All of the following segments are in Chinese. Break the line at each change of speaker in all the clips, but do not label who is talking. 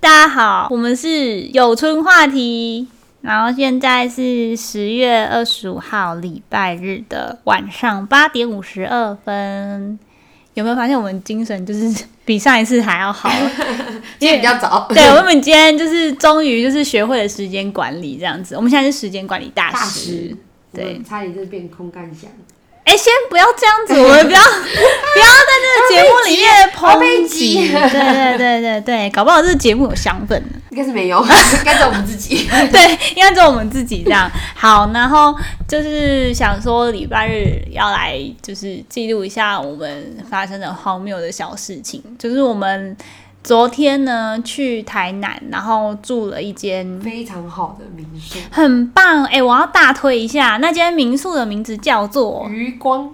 大家好，我们是有春话题，然后现在是十月二十五号礼拜日的晚上八点五十二分。有没有发现我们精神就是 比上一次还要 好？
今天比较早，
对，我们今天就是终于就是学会了时间管理这样子。我们现在是时间管理大
大
师
师。
对
我差点就变空干响，
哎、先不要这样子，我们不要 不要在这个节目里面
要
抨
被
击。
挤
对对对对对，搞不好这个节目有香粉呢。
应该 是没有，应该是我们自己。
对，应该只有我们自己这样。好，然后就是想说礼拜日要来，就是记录一下我们发生的荒谬的小事情。就是我们昨天呢去台南，然后住了一间
非常好的民宿，
很棒哎、我要大推一下那间民宿的名字叫做
余光，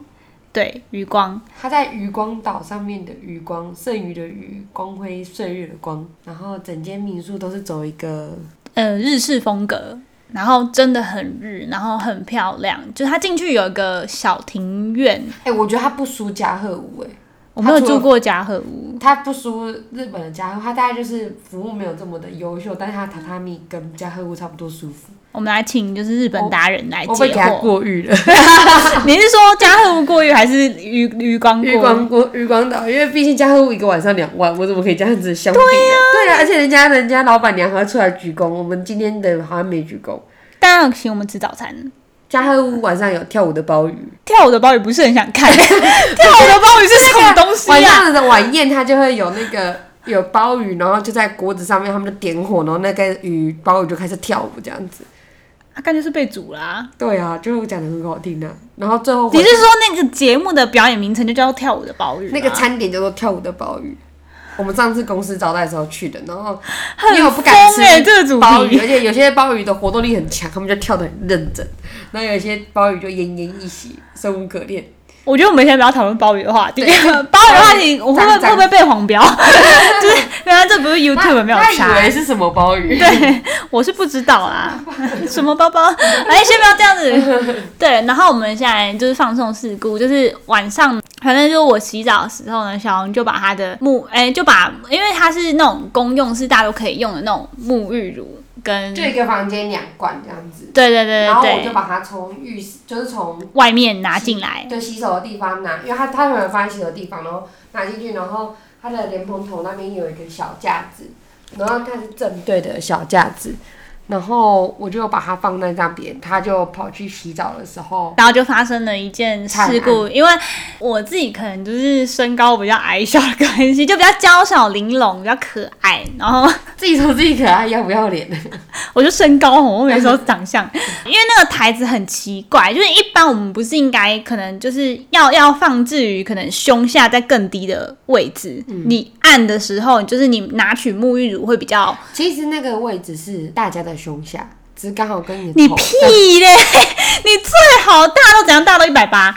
对余光，
它在余光岛上面的余光，剩余的余，光辉岁月的光。然后整间民宿都是走一个，
呃，日式风格。然后真的很日，然后很漂亮，就是它进去有一个小庭院，
哎、我觉得它不输家鹤屋、哎。
我没有
它除了
住过嘉禾屋，
它不输日本的家，它大概就是服务没有这么的优秀，但是它榻榻米跟家和屋差不多舒服。
我们来请就是日本达人来
我被
解
给它
惑。
过誉了，
你是说加贺无过誉还是余余光过
渔
誉？
光过渔光岛，因为毕竟家和屋一个晚上两万，我怎么可以这样子相比呢？对啊，而且人家人家老板娘还要出来鞠躬，我们今天的好像没鞠躬。
当然请我们吃早餐。
家和屋晚上有跳舞的鲍鱼，
跳舞的鲍鱼不是很想 看，跳舞的鲍鱼是什么东西
晚
啊？
上的晚宴它就会有那个有鲍鱼，然后就在锅子上面他们就点火，然后那个鱼鲍鱼就开始跳舞这样子。
啊感觉是被煮啦、
对啊，就是讲的很好听的、啊然后最后回
你是说那个节目的表演名称就叫跳舞的鲍鱼吗？
那个餐点叫做跳舞的鲍鱼。我们上次公司招待的时候去的，然后因为我
很
不
疯
敢吃
哎、这个主
鲍鱼，
题。
而且有些鲍鱼的活动力很强，他们就跳得很认真，然后有些鲍鱼就奄奄一息，生无可恋。
我觉得我们现在不要讨论鲍鱼的话题， 鲍鱼的话题我会不会
脏
会
脏
不会被黄标？ 就是原来这不是 YouTube 没有
他
查
以。为是什么鲍鱼？
对，我是不知道啊， 什么包 包？哎，先不要这样 子。对，然后我们现在就是放送事故，就是晚上，反正就是我洗澡的时候呢，小红就把她的沐，哎，就把，因为它是那种公用是大家都可以用的那种沐浴乳跟，
就
对
一个房间两罐这样子，
对对对
然后我就
对，
把它从浴室，就是从
外面拿进来，
就洗手的地方拿，因为它它没有放在洗手的地方，然后拿进去，然后它的莲蓬头那边有一个小架子，然后它是正对的小架子，然后我就把它放在那边，它就跑去洗澡的时候，
然后就发生了一件事
嗯
故，因为我自己可能就是身高比较矮小的关系，就比较娇小玲珑，比较可爱，然后。
自己说自己可爱要不要脸？
我就身高吼，我没说长相，因为那个台子很奇怪，就是一般我们不是应该可能就是要要放置于可能胸下在更低的位置，你按的时候，就是你拿取沐浴乳会比较，
其实那个位置是大家的胸下，只是刚好跟你的
你
头
屁嘞， 你最好大到怎样，大到一百 八，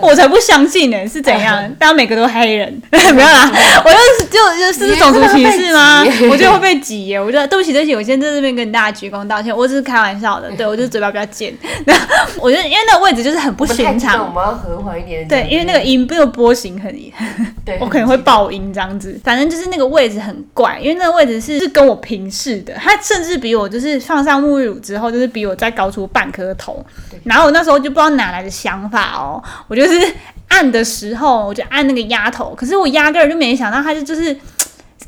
我才不相信呢，是怎样？大家每个都黑人， 没有 啦，我就是就就是种族歧视吗
你会不
我
会被挤？
觉得会被挤耶，我觉得对不起对不起，我先在这边跟大家鞠躬道歉，我只是开玩笑 的，对我就是嘴巴比较贱，我觉得因为那个位置就是很不
我们太
寻
激动
常
我。们要和缓一点。
对，因为那个音那个波形很，
对，
我可能会爆音这样子。反正就是那个位置很怪，因为那个位置是是跟我平视的，它甚至比我就是放上沐浴乳之后，就是比我再高出半颗头
对。
然后我那时候就不知道哪来的想法哦，我就是按的时候我就按那个压头，可是我压根儿就没想到它就就是。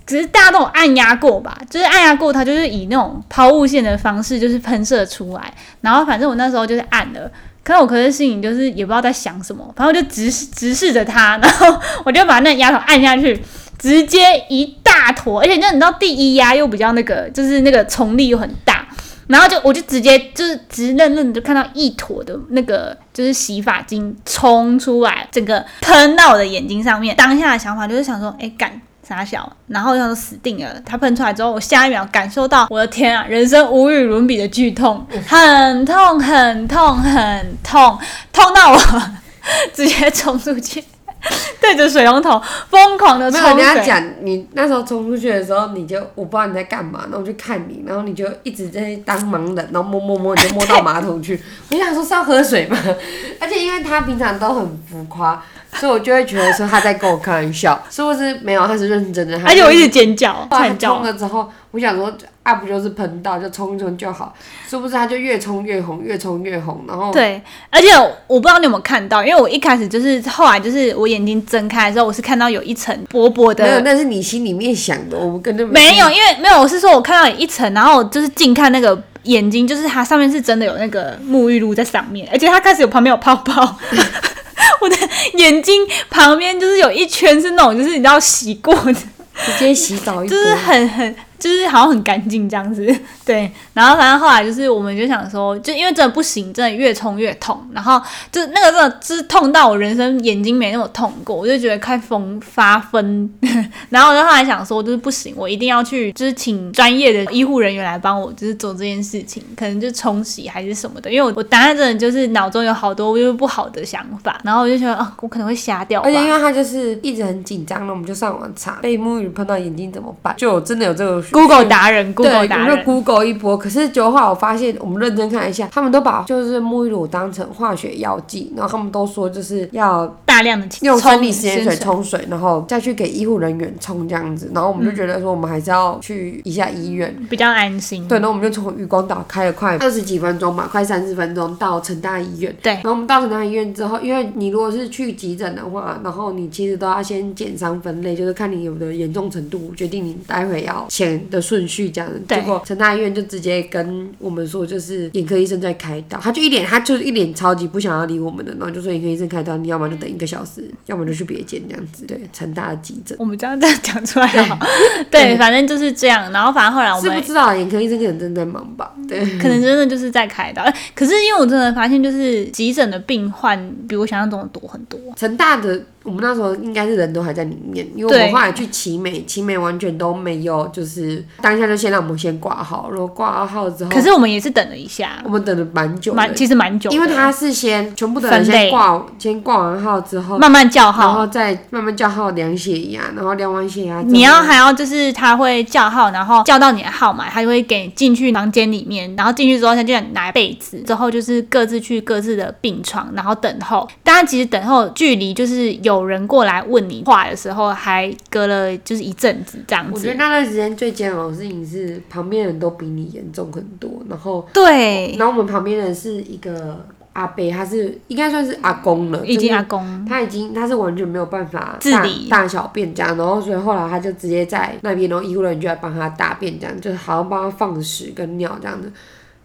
只是大家都有按压过吧，就是按压过，它就是以那种抛物线的方式，就是喷射出来。然后反正我那时候就是按了，可是我可是心里就是也不知道在想什么，反正我就直视直视着它，然后我就把那压头按下去，直接一大坨，而且那你知道第一压又比较那个，就是那个冲力又很大，然后就我就直接就是直愣愣的就看到一坨的那个就是洗发精冲出来，整个喷到我的眼睛上面。当下的想法就是想说，哎干。傻小，然后我想说死定了。它喷出来之后，我下一秒感受到我的天啊，人生无与伦比的剧痛， 很痛，很痛，很痛，痛到我 直接冲出去，对着水龙头疯狂的
没
冲
有，你要
水。
讲，你那时候冲出去的时候，你就我不知道你在干嘛，然后我就看你，然后你就一直在当盲人，然后摸摸摸，你 就摸到马桶去。我想说是要喝水嘛，而且因为他平常都很浮夸，所以我就会觉得说他在跟我开玩笑，是不是没有？他是认真的，他
而且我一直尖叫，
后来他
惨
冲
叫。
了之后，我想说啊，不就是喷到就冲一冲就好，是不是他就越冲越红，越冲越红，然后
对，而且我不知道你有没有看到，因为我一开始就是后来就是我眼睛睁开的时候，我是看到有一层薄薄
没有，
的，
那是你心里面想的，我们根本
没有，因为没有，我是说我看到有一层，然后我就是近看那个眼睛，就是它上面是真的有那个沐浴露在上面，而且它开始有旁边有泡 泡。我的眼睛旁边就是有一圈是那种，就是你知道洗过的，
直接洗澡一波
就。是很很就是好像很干净这样子，对。然后反正后来就是我们就想说，就因为真的不行，真的越冲越痛，然后就那个真的就是痛到我人生眼睛没那么痛过，我就觉得快疯发疯。 然后我就后来想说，就是不行，我一定要去，就是请专业的医护人员来帮我，就是做这件事情，可能就冲洗还是什么的，因为我我当时真的就是脑中有好多就是不好的想法，然后我就觉得啊，我可能会瞎掉吧
而。且因为他就是一直很紧张，那我们就上网查被沐浴碰到眼睛怎么办，就有真的有这个
Google 达人
对，
，Google 达
我就
人，
Google 一波，可是就后来我发现，我们认真看一下，他们都把就是沐浴乳当成化学药剂，然后他们都说就是要
大量的
用生
冲
理食盐水冲水，然后再去给医护人员冲这样子，然后我们就觉得说我们还是要去一下医院。
比较安心。
对，然后我们就从渔光岛开了快二十几分钟吧，快三十分钟到成大医院。
对
然后我们到成大医院之后，因为你如果是去急诊的话，然后你其实都要先减伤分类，就是看你有的严重程度，决定你待会要钱的顺序这样子。
对
结果成大医院就直接跟我们说，就是眼科医生在开刀，他就一脸，他就是一脸超级不想要理我们的，然后就说眼科医生开刀，你要么就等一个小时，要么就去别间这样子。对，成大的急诊。
我们这样这样讲出来好， 对，反正就是这样。然后反正后来我
是不
们嗯
知道眼科医生可能真的在忙吧？对。
可能真的就是在开刀，哎可是因为我真的发现，就是急诊的病患比我想象中的多很多。
成大的，我们那时候应该是人都还在里面，因为我
对
们后来去奇美，奇美完全都没有，就是当下就先让我们先挂号，然后挂号之后，
可是我们也是等了一下
我，们等了蛮久
蛮
的，
其实蛮久的，
因为他是先全部的
分
人
类
先挂，先挂完号之后，
慢慢叫
然
号，
后再慢慢叫号量血压，然后量完血压之后，
你要还要就是他会叫号，然后叫到你的号码，他就会给你进去房间里面，然后进去之后他就让你拿被子，之后就是各自去各自的病床，然后等候。当然，其实等候距离就是有人过来问你话的时候，还隔了就是一阵子这样
我觉得
子。
那段时间最煎熬的事情是旁边人都比你严重很多，然后
对，
然后我们旁边人是一个阿伯，他是应该算是阿公了，
已
就是
经阿公
他已经他是完全没有办法
自
大
理
大小便这样，然后所以后来他就直接在那边，然后医护人员就来帮他大便这样，就是好像帮他放屎跟尿这样子。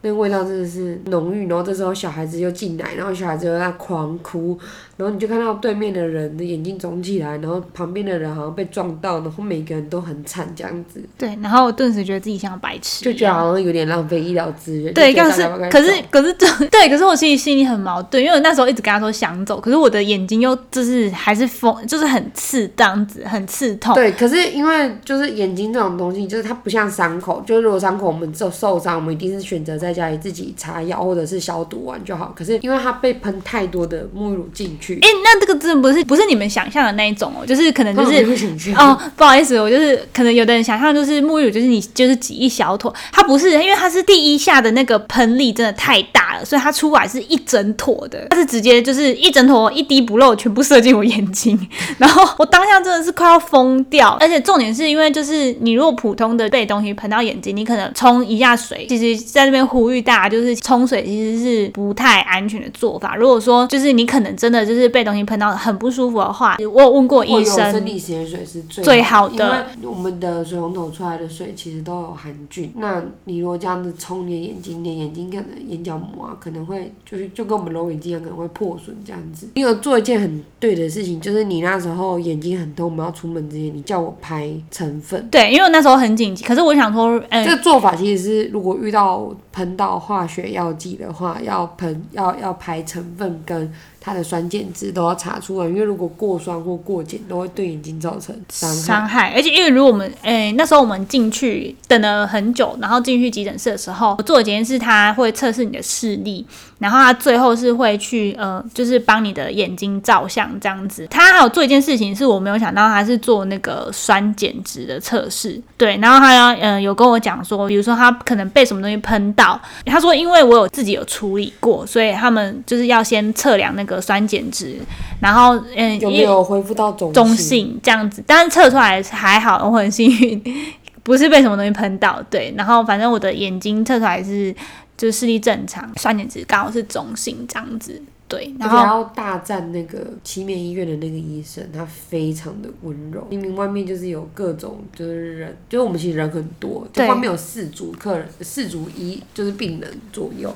那个味道真的是浓郁，然后这时候小孩子又进来，然后小孩子又在狂哭，然后你就看到对面的人的眼睛肿起来，然后旁边的人好像被撞到，然后每个人都很惨这样子，
对，然后我顿时觉得自己像白痴一样，
就觉得好像有点浪费医疗资源。
对，
就觉
但
得
是
大家不该
可是
走
可是对，可是我其实心里很矛盾，因为我那时候一直跟他说想走，可是我的眼睛又就是还是疯，就是很刺这样子，很刺痛。
对，可是因为就是眼睛这种东西，就是它不像伤口，就是如果伤口我们受受伤，我们一定是选择在家里自己擦药或者是消毒完就好。可是因为它被喷太多的沐浴乳进去，
哎、那这个真的不是不是你们想象的那一种哦，就是可能就
它
是
会想去
哦，不好意思，我就是可能有的人想象就是沐浴乳就是你就是挤一小坨，它不是，因为它是第一下的那个喷力真的太大了，所以它出来是一整坨的，它是直接就是一整坨一滴不漏全部射进我眼睛， 然后我当下真的是快要疯掉，而且重点是因为就是你如果普通的被东西喷到眼睛，你可能冲一下水，其实在这边呼吁大家就是冲水其实是不太安全的做法。如果说就是你可能真的就是被东西喷到很不舒服的话，我有问过
如果
医
有
生，
生理食盐水是最
最
好
好的，
因为我们的水龙头出来的水其实都有含菌。那你如果这样子冲你的眼睛，你的眼睛可能眼角膜啊可能会就是就跟我们揉眼睛一样，可能会破损这样子。你有做一件很对的事情，就是你那时候眼睛很痛，我们要出门之前，你叫我拍成分。
对，因为我那时候很紧急，可是我想说，嗯、
这个做法其实是，如果遇到喷到化学药剂的话，要喷要要排成分跟它的酸碱值都要查出来，因为如果过酸或过碱都会对眼睛造成伤害。
伤害，而且因为如果我们，诶、那时候我们进去等了很久，然后进去急诊室的时候，我做的检验是它会测试你的视力，然后它最后是会去，呃，就是帮你的眼睛照相这样子。它还有做一件事情是我没有想到，它是做那个酸碱值的测试，对，然后他要，呃，有跟我讲说，比如说他可能被什么东西喷到，他说因为我有自己有处理过，所以他们就是要先测量那个个酸碱值，然后嗯，
有没有恢复到中
中性这样子，但是测出来还好，我很幸运， 不是被什么东西喷到。对，然后反正我的眼睛测出来是就是视力正常，酸碱值刚好是中性这样子。对，然
然后
后
要大赞那个奇美医院的那个医生，他非常的温柔。明明外面就是有各种就是人，就是我们其实人很多，就
对
外面有四组客人、四组医就是病人左右，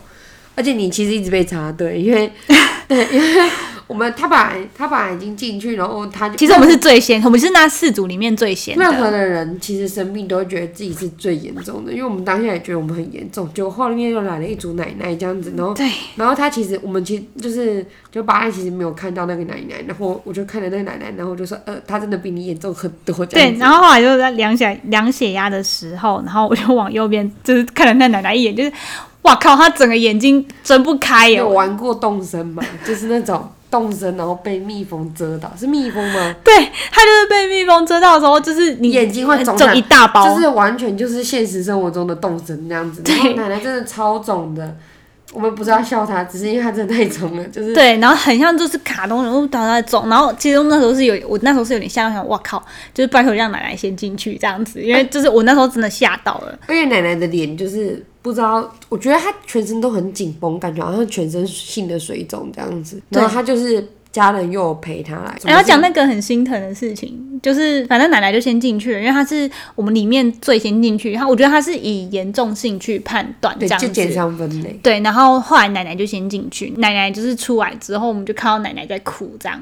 而且你其实一直被插队，因为 对，因为我们他本来他本来已经进去，然后他就
其实我们是最先，我们是那四组里面最先
任
的。
何的人其实生病都会觉得自己是最严重的，因为我们当下也觉得我们很严重，结果后面又来了一组奶奶这样子，然后
对，
然后他其实我们其实就是就八爱其实没有看到那个奶奶，然后我就看了那个奶奶，然后我就说呃，她真的比你严重很多这样
对，
子。
然后后来就在量血量血压的时候，然后我就往右边，就是看了那奶奶一眼，就是，哇靠，她整个眼睛睁不开
你
耶
有！玩过动身吗？ 就是那种动身然后被蜜蜂蛰到，是蜜蜂吗？
对，她就是被蜜蜂蛰到的时候，就是你
眼睛会肿
肿一大 包，
就是完全就是现实生活中的动身那样子。然后奶奶真的超肿的，我们不是要笑她，只是因为她真的太肿了，就是
对，然后很像就是卡通人物打在走，然后其实我那时候是有，我那时候是有点吓到，想哇靠，就是拜托让奶奶先进去这样子，因为就是我那时候真的吓到了，
而且奶奶的脸就是不知道，我觉得她全身都很紧绷，感觉好像全身性的水肿这样子。
对
然后她就是家人又有陪她来，
然后哎讲那个很心疼的事情，就是反正奶奶就先进去了，因为她是我们里面最先进去，然后我觉得她是以严重性去判断这
对，
样
就减
子。
伤分类。
对，然后后来奶奶就先进去，奶奶就是出来之后，我们就看到奶奶在哭，这样，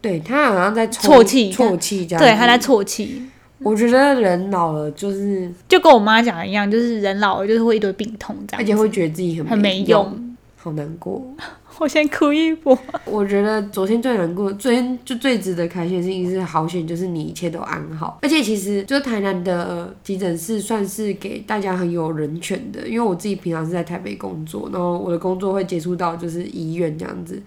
对她好像在抽
啜泣
啜泣这样子。
对，她在啜泣，
我觉得人老了就是，
就跟我妈讲的一样，就是人老了就是会一堆病痛这样，
而且会觉得自己很
很没
用，
用。
好难过。
我先哭一波。
我觉得昨天最难过，昨天就最值得开心的事情是好险，就是你一切都安好。而且其实就台南的急诊室算是给大家很有人权的，因为我自己平常是在台北工作，然后我的工作会接触到就是医院这样子，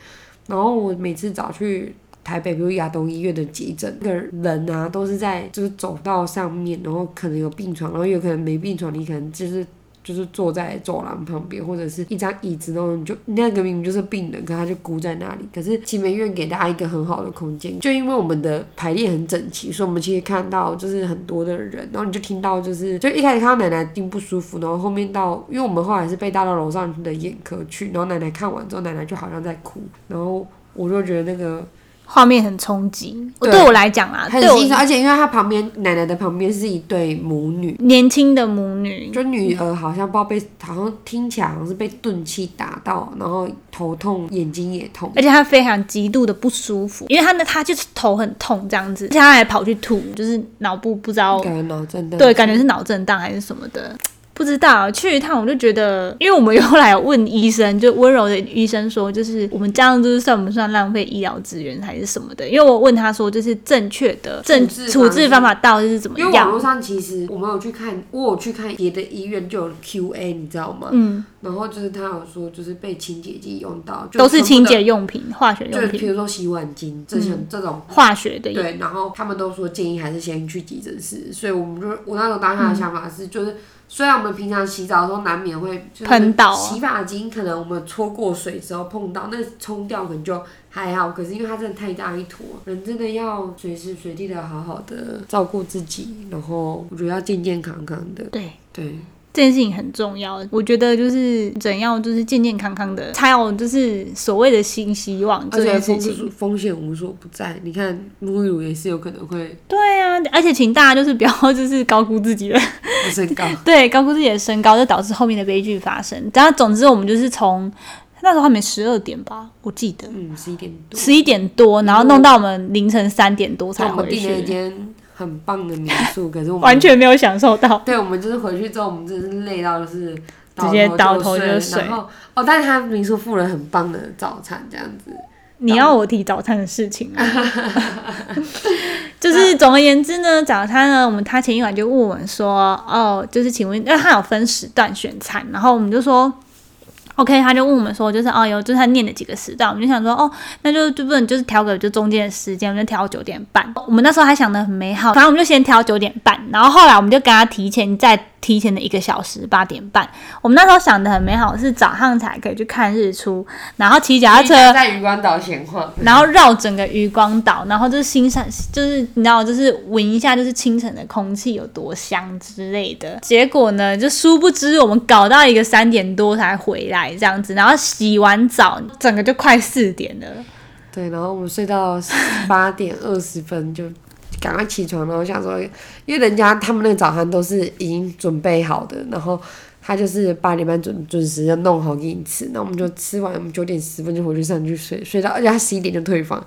然后我每次早去。台北，比如亚东医院的急诊，那个人啊，都是在就是走道上面，然后可能有病床，然后有可能没病床，你可能就是就是坐在走廊旁边或者是一张椅子，然后你就那个明明就是病人，可他就孤在那里。可是奇美医院给大家一个很好的空间，就因为我们的排列很整齐，所以我们其实看到就是很多的人，然后你就听到就是就一开始看到奶奶一定不舒服，然后后面到因为我们后来是被带到楼上的眼科去，然后奶奶看完之后，奶奶就好像在哭，然后我就觉得那个
画面很冲击。我
对
对我来讲啦，
很
啊对我
欣赏，而且因为她旁边奶奶的旁边是一对母女，
年轻的母女，
就女儿好像不知道被，好像听起来好像是被钝器打到，然后头痛，眼睛也痛。
而且她非常极度的不舒服，因为她呢，她就是头很痛这样子，而且她还跑去吐，就是脑部不知道，
感觉脑震荡。
对，感觉是脑震荡还是什么的。不知道去一趟，我就觉得，因为我们后来有问医生，就温柔的医生说，就是我们这样就是算不算浪费医疗资源还是什么的？因为我问他说，就是正确的正
处置
处置
方
方法到底是怎么
因为网
样？
络上其实我们有去看，我有去看别的医院就有 QA，你知道吗？
嗯，
然后就是他有说，就是被清洁剂用到，就
都是清
全
洁用品、化学
部
用
的，就
品、嗯
比如说洗碗巾这些、这种。
化学的
对，然后他们都说建议还是先去急诊室，所以我们就我那时候当下的想法是，就是虽然我们平常洗澡的时候难免会就是
喷到啊
洗发精可能我们搓过水之后碰到，那冲掉可能就还好，可是因为它真的太大一坨，人真的要随时随地的好好的照顾自己，然后我觉得要健健康康的，
对。
对，
这件事情很重要，我觉得就是人要就是健健康康的，才有就是所谓的新希望
而
这
且
件事
风
情。
风险无所不在，你看沐浴乳也是有可能会
对啊，而且请大家就是不要就是高估自 己的，
升 高。
对，高估自己的身高，就导致后面的悲剧发生。然后总之我们就是从那时候还没十二点吧，我记得
嗯，十一点多。
十一点多，然后弄到我们凌晨三点多才
我们
回
订了一
去，
间很棒的民 宿，可是我们
完全没有享受到。
对，我们就是回去之后，我们真的是累到就是
直接倒头
头
就睡
然后哦，但是他民宿附了很棒的早餐，这样子。
你要我提早餐的事情吗？就是总而言之呢，早餐呢，我们他前一晚就问我们说，哦，就是请问，因为他有分时段选餐，然后我们就说。OK，他就问我们说，就是哦，有就是他念的几个时段，我们就想说，哦，那就就不能就是调个就中间的时间，我们就调九点半。我们那时候还想的很美好，反正我们就先调九点半，然后后来我们就跟他提前再提前的一个小时，八点半。我们那时候想的很美好，是早上才可以去看日出，然后骑脚踏车
你想在渔光岛闲晃，
然后绕整个渔光岛，然后就是欣赏，就是你知道，就是闻一下就是清晨的空气有多香之类的。结果呢，就殊不知我们搞到一个三点多才回来这样子，然后洗完澡，整个就快四点了。
对，然后我们睡到八点二十分就赶快起床，然后想说，因为人家他们那个早餐都是已经准备好的，然后他就是八点半准准时就弄好给你吃，那我们就吃完，我们九点十分就回去上去睡，睡到而且他十一点就退房，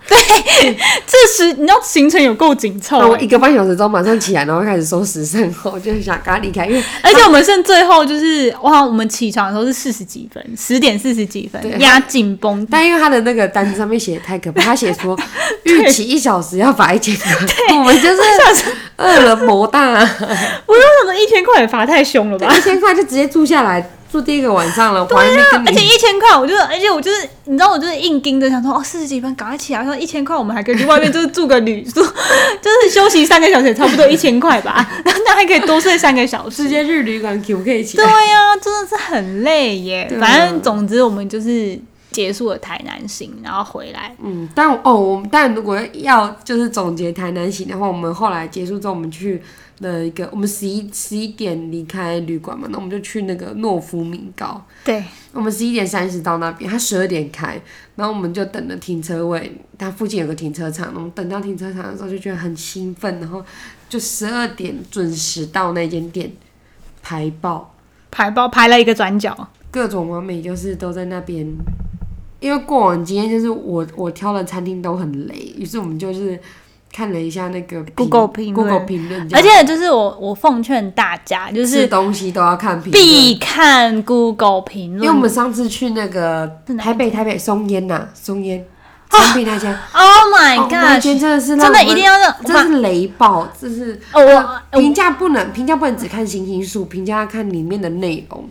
这时你知道行程有够紧凑、
那我
欸
一个半小时之后马上起来，然后开始收拾善后，就想赶快离开，因为
而且我们剩最后就是哇，我们起床的时候是四十几分，十点四十几分，压紧绷带。
但因为他的那个单子上面写得太可怕，他写说预期一小时要罚一千块，我们就是饿了魔大、 啊
我就想着一千块也罚太凶了吧。
一千块就直接住下来，住第一个晚上了，我还没 跟
而且
你。
一千块，我就是，而且我就是，你知道，我就是硬盯着想说，哦，四十几分，赶快起来。说一千块，我们还可以去外面，就是住个旅宿， 就是休息三个小时，差不多一千块吧。那还可以多睡三个小时
直。接去旅馆可不可以起
对？呀、真的是很累耶
对。啊
反正总之，我们就是结束了台南行，然后回来。
嗯，但哦，我们但如果要就是总结台南行的话，我们后来结束之后，我们去了一个，我们十一十一点离开旅馆嘛，那我们就去那个诺夫米高，
对，
我们十一点三十到那边，他十二点开，然后我们就等了停车位，它附近有个停车场，我们等到停车场的时候就觉得很兴奋，然后就十二点准时到那间店排爆。
排包排了一个转角，
各种完美就是都在那边。因为过往经验就是我我挑的餐厅都很雷，于是我们就是看了一下那个评
Google 评论
Google 评论这
而
样，
且就是我我奉劝大家，就
吃
是
东西都要看评论。
必看 Google 评
因
论，
为我们上次去那个
是哪一
台北台北松烟呐、松烟松饼那家，
Oh
哦
my
那
God，、
间真的是
真的一定
要，
要让
真是雷爆，这是
哦我我
评价不能评价不能只看星星数，评价要看里面的内容，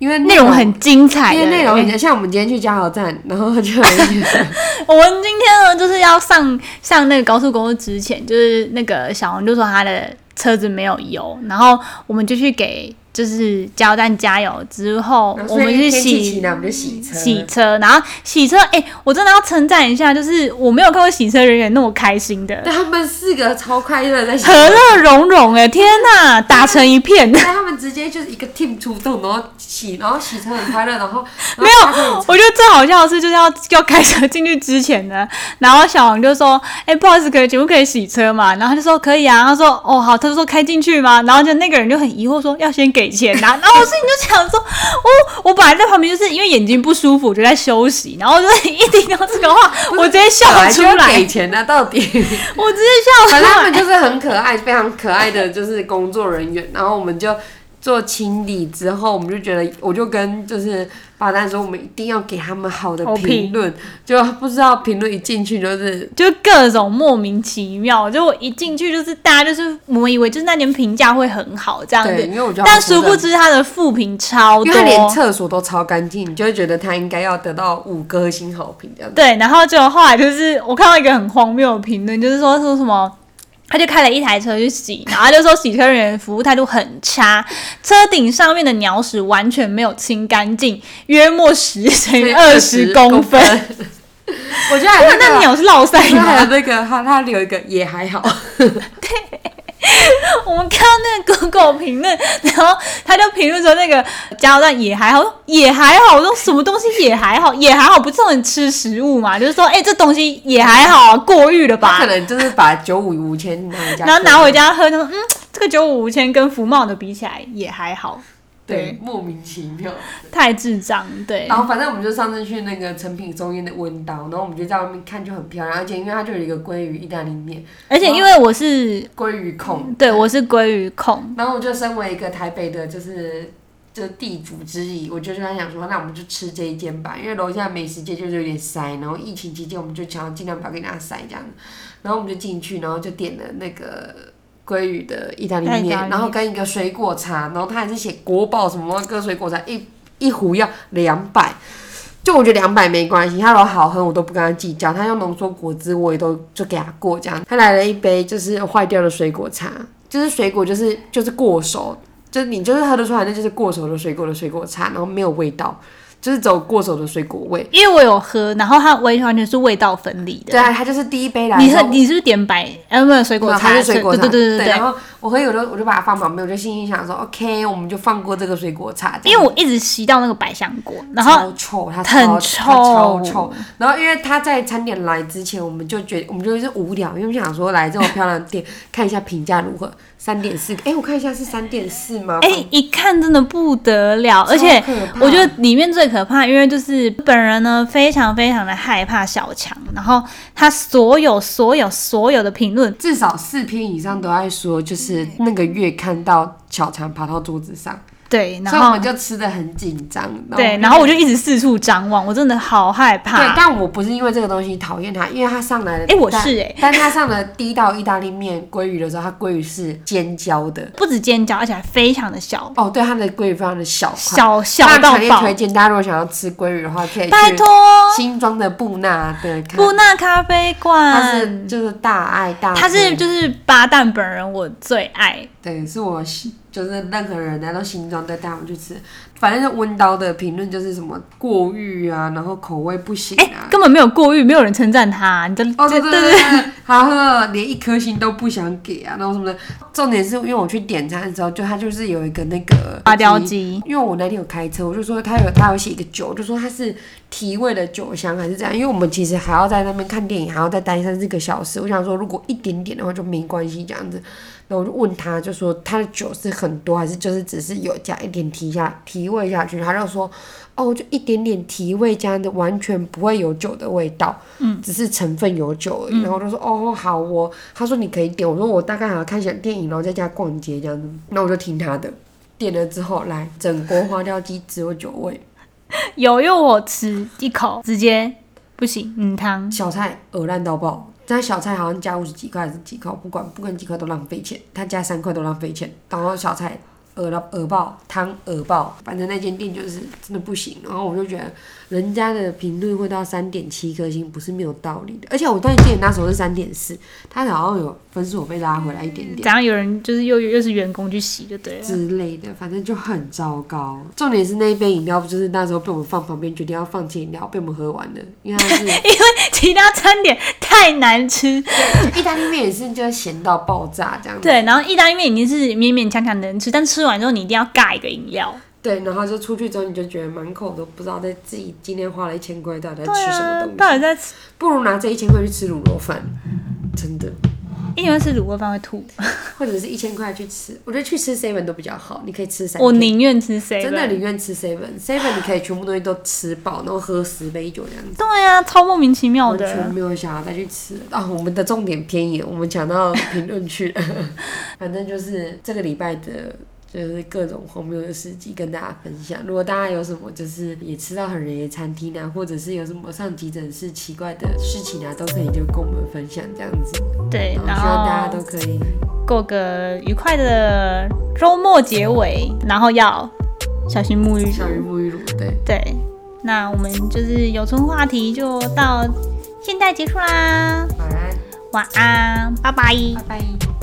因为
内容很精彩
因
的
为内容
欸
很像我们今天去加油站，然后就有一 些。
我们今天呢，就是要上上那个高速公路之前，就是那个小红就说她的车子没有油，然后我们就去给就是加油站加油，之后
然后
我
所以
们去
天气
洗
晴朗我们就洗车，
洗车，然后洗车，哎、我真的要称赞一下，就是我没有看过洗车人员那么开心的，
但他们四个超快乐在洗车
和，乐融融、哎，天哪，打成一片。
但他们直接就是一个 team 出动，然后洗，然后洗车很快乐，然后
没有， 我觉得最好笑的是，就是要要开车进去之前呢，然后小王就说：“哎、不好意思，可以请问可以洗车嘛？”然后他就说：“可以啊。”他说：“哦，好。”他就说：“开进去吗？”然后就那个人就很疑惑说：“要先给钱呐、 然后我心里就想说：“哦，我本来在旁边就是因为眼睛不舒服，我就在休息，然后我就一听到这个话，我直接笑
本来
出
就要
来
给，钱啊，到底，
我直接笑出
反正他 们
来。
就是很可爱，非常可爱的就是工作人员，然后我们就。做清理之后，我们就觉得，我就跟就是巴丹说，我们一定要给他们好的
好
评
评
论。就不知道评论一进去就是，
就各种莫名其妙，就我一进去就是大家就是我们以为就是那年评价会很好这样
对，
子，
因为我觉得他
但
们服务
殊
得
不知他的负评超
因
多，
为他连厕所都超干净，你就会觉得他应该要得到五颗星好评这样子。
对，然后就后来就是我看到一个很荒谬的评论，就是说说什么。他就开了一台车去洗，然后他就说洗车人员服务态度很差，车顶上面的鸟屎完全没有清干净，约莫十乘二十公分。
20 我觉得还有
那
那
那
个，
鸟是落
我
塞
觉得还有
吗？
那个，他他留一个也还好，
我们看到那个 Google 评论，然后他就评论说那个加油站也还好，我说也还好。我说什么东西也还好，也还好，不是很吃食物嘛？就是说，哎、这东西也还好啊，过誉了 吧？
他可能就是把九五五千拿回家，
然后拿回。家喝，他说：“嗯，这个九五五千跟福茂的比起来也还好，
对，莫名其妙。
太智障。”对
然，后反正我们就上次去那个成品中间的温岛，然后我们就在外面看就很漂亮，而且因为它就有一个鲑鱼意大利面，
而且因为我是
鲑鱼控。
对我是鲑鱼控，
然后我就身为一个台北的，就是就地主之谊，我就跟他讲说，那我们就吃这一间吧，因为楼下美食街就是有点塞，然后疫情期间我们就想要尽量不要给大家塞这样，然后我们就进去，然后就点了那个。鲑鱼的意大利
意大利
面，
面
然后跟一个水果茶，然后他还是写国宝什么跟水果茶一一壶要两百，就我觉得两百没关系，他如果好喝我都不跟他计较，他用浓缩果汁我也都就给他过这样。他来了一杯就是坏掉的水果茶，就是水果就是就是过熟，就是你就是喝得出来，那就是过手的水果的水果茶，然后没有味道，就是走过手的水果味。
因为我有喝，然后它完完全是味道分离的。
对啊，它就是第一杯来的
你
时候，
喝你是不是点白？呃，不是水果
对啊
茶，
它是水果茶，啊
对对对对对
然。后我喝有的我就把它放旁边，我就心里想说，OK，我们就放过这个水果茶。这
因
样
为我一直吸到那个百香果，然后
超臭，它
很
超它超
臭
臭。然后因为他在餐点来之前，我们就觉我们就是无聊，因为我们想说来这种漂亮的店看一下评价如何，三点四。哎，我看一下是三点四吗？
哎、一看真的不得了，而且
超可怕
我觉得里面最可怕，因为就是本人呢非常非常的害怕小强，然后他所有所有所有的评论，
至少四篇以上都在说，就是那个月看到小强爬到桌子上，
对，
所
嗯然
以我
后
们就吃的很紧张。
对，
就
然后我就一直四处张望，我真的好害
对，
怕。
但我不是因为这个东西讨厌它，因为它上来的
哎、我
但
是哎、
但他上了第一道意大利面鲑鱼的时候，它鲑鱼是尖椒的。
不止尖椒，而且还非常的小，
哦，对，它的鲑鱼非常的小块。
小小
那
到
强烈
爆
推。荐大家如果想要吃鲑鱼的话，可以
拜
去
托，
新庄的布纳的看
布，纳咖啡
它是
馆，
就是大爱大推，
他是就是巴旦本人我最爱，
对，是我喜就是任何人来到新庄都带我们去吃。反正温刀的评论就是什么过誉啊，然后口味不行
哎、
啊。
根本没有过誉，没有人称赞他，你的
哦，对
这
对对对，好喝，连一颗星都不想给啊，然后什么的。重点是因为我去点餐的时候，就它就是有一个那个
花雕鸡，
因为我那天有开车，我就说他有他有写一个酒，我就说他是提味的酒香还是怎样，因为我们其实还要在那边看电影，还要再待三四个小时。我想说，如果一点点的话就没关系这样子。然后我就问他，就说他的酒是很多还是就是只是有加一点提下提味下去？他就说哦，就一点点提味加的，完全不会有酒的味道，嗯，只是成分有酒而已。然后我就说哦好哦，他说你可以点，我说我大概还要看一下电影，然后在家逛街这样子。那我就听他的。点了之后，来整锅花雕鸡只有酒味，
有，因为我吃一口直接不行，嗯汤。
小菜鹅烂到爆。但小菜好像加五十几块还是几块，我不管不管几块都浪费钱，他加三块都浪费钱。然后小菜鹅到鹅爆，汤鹅爆，反正那间店就是真的不行。然后我就觉得人家的评论会到三点七颗星，不是没有道理的。而且我当时记得那时候是三点四，他好像有分数有被拉回来一点点。
然后有人就是又又是员工去洗就对了，
之类的，反正就很糟糕。重点是那一杯饮料，就是那时候被我们放旁边，决定要放弃饮料，被我们喝完了。因为它是
其他餐点太难吃。
意大利面也是，就是咸到爆炸这样子。
对，然后意大利面已经是勉勉强强能吃，但吃完之后你一定要尬一个饮料。
对，然后就出去之后，你就觉得满口都不知道在自己今天花了一千块到底在
对
吃什么
啊
东，西，
到底在吃？
不如拿这一千块去吃卤肉饭，真的，
因为吃卤肉饭会吐，
或者是一千块去吃，我觉得去吃 seven 都比较好，你可以吃三天。
我宁愿吃 C。
真的宁愿吃 seven，seven 你可以全部东西都吃饱，然后喝十杯酒这样子。
对啊，超莫名其妙
完全
的。
没有想要再去吃啊！我们的重点偏移，我们讲到评论区 了，反正就是这个礼拜的。就是各种荒谬的事迹跟大家分享。如果大家有什么就是也吃到很雷的餐厅啊，或者是有什么上急诊室奇怪的事情啊，都可以就跟我们分享这样子。
对，
然
然
后希望大家
后
都可以
过个愉快的周末结尾，然后要小心沐浴
小
乳
鱼。沐浴乳，对，
对，那我们就是有村话题就到现在结束啦，
晚安，
晚安，拜拜。
拜拜。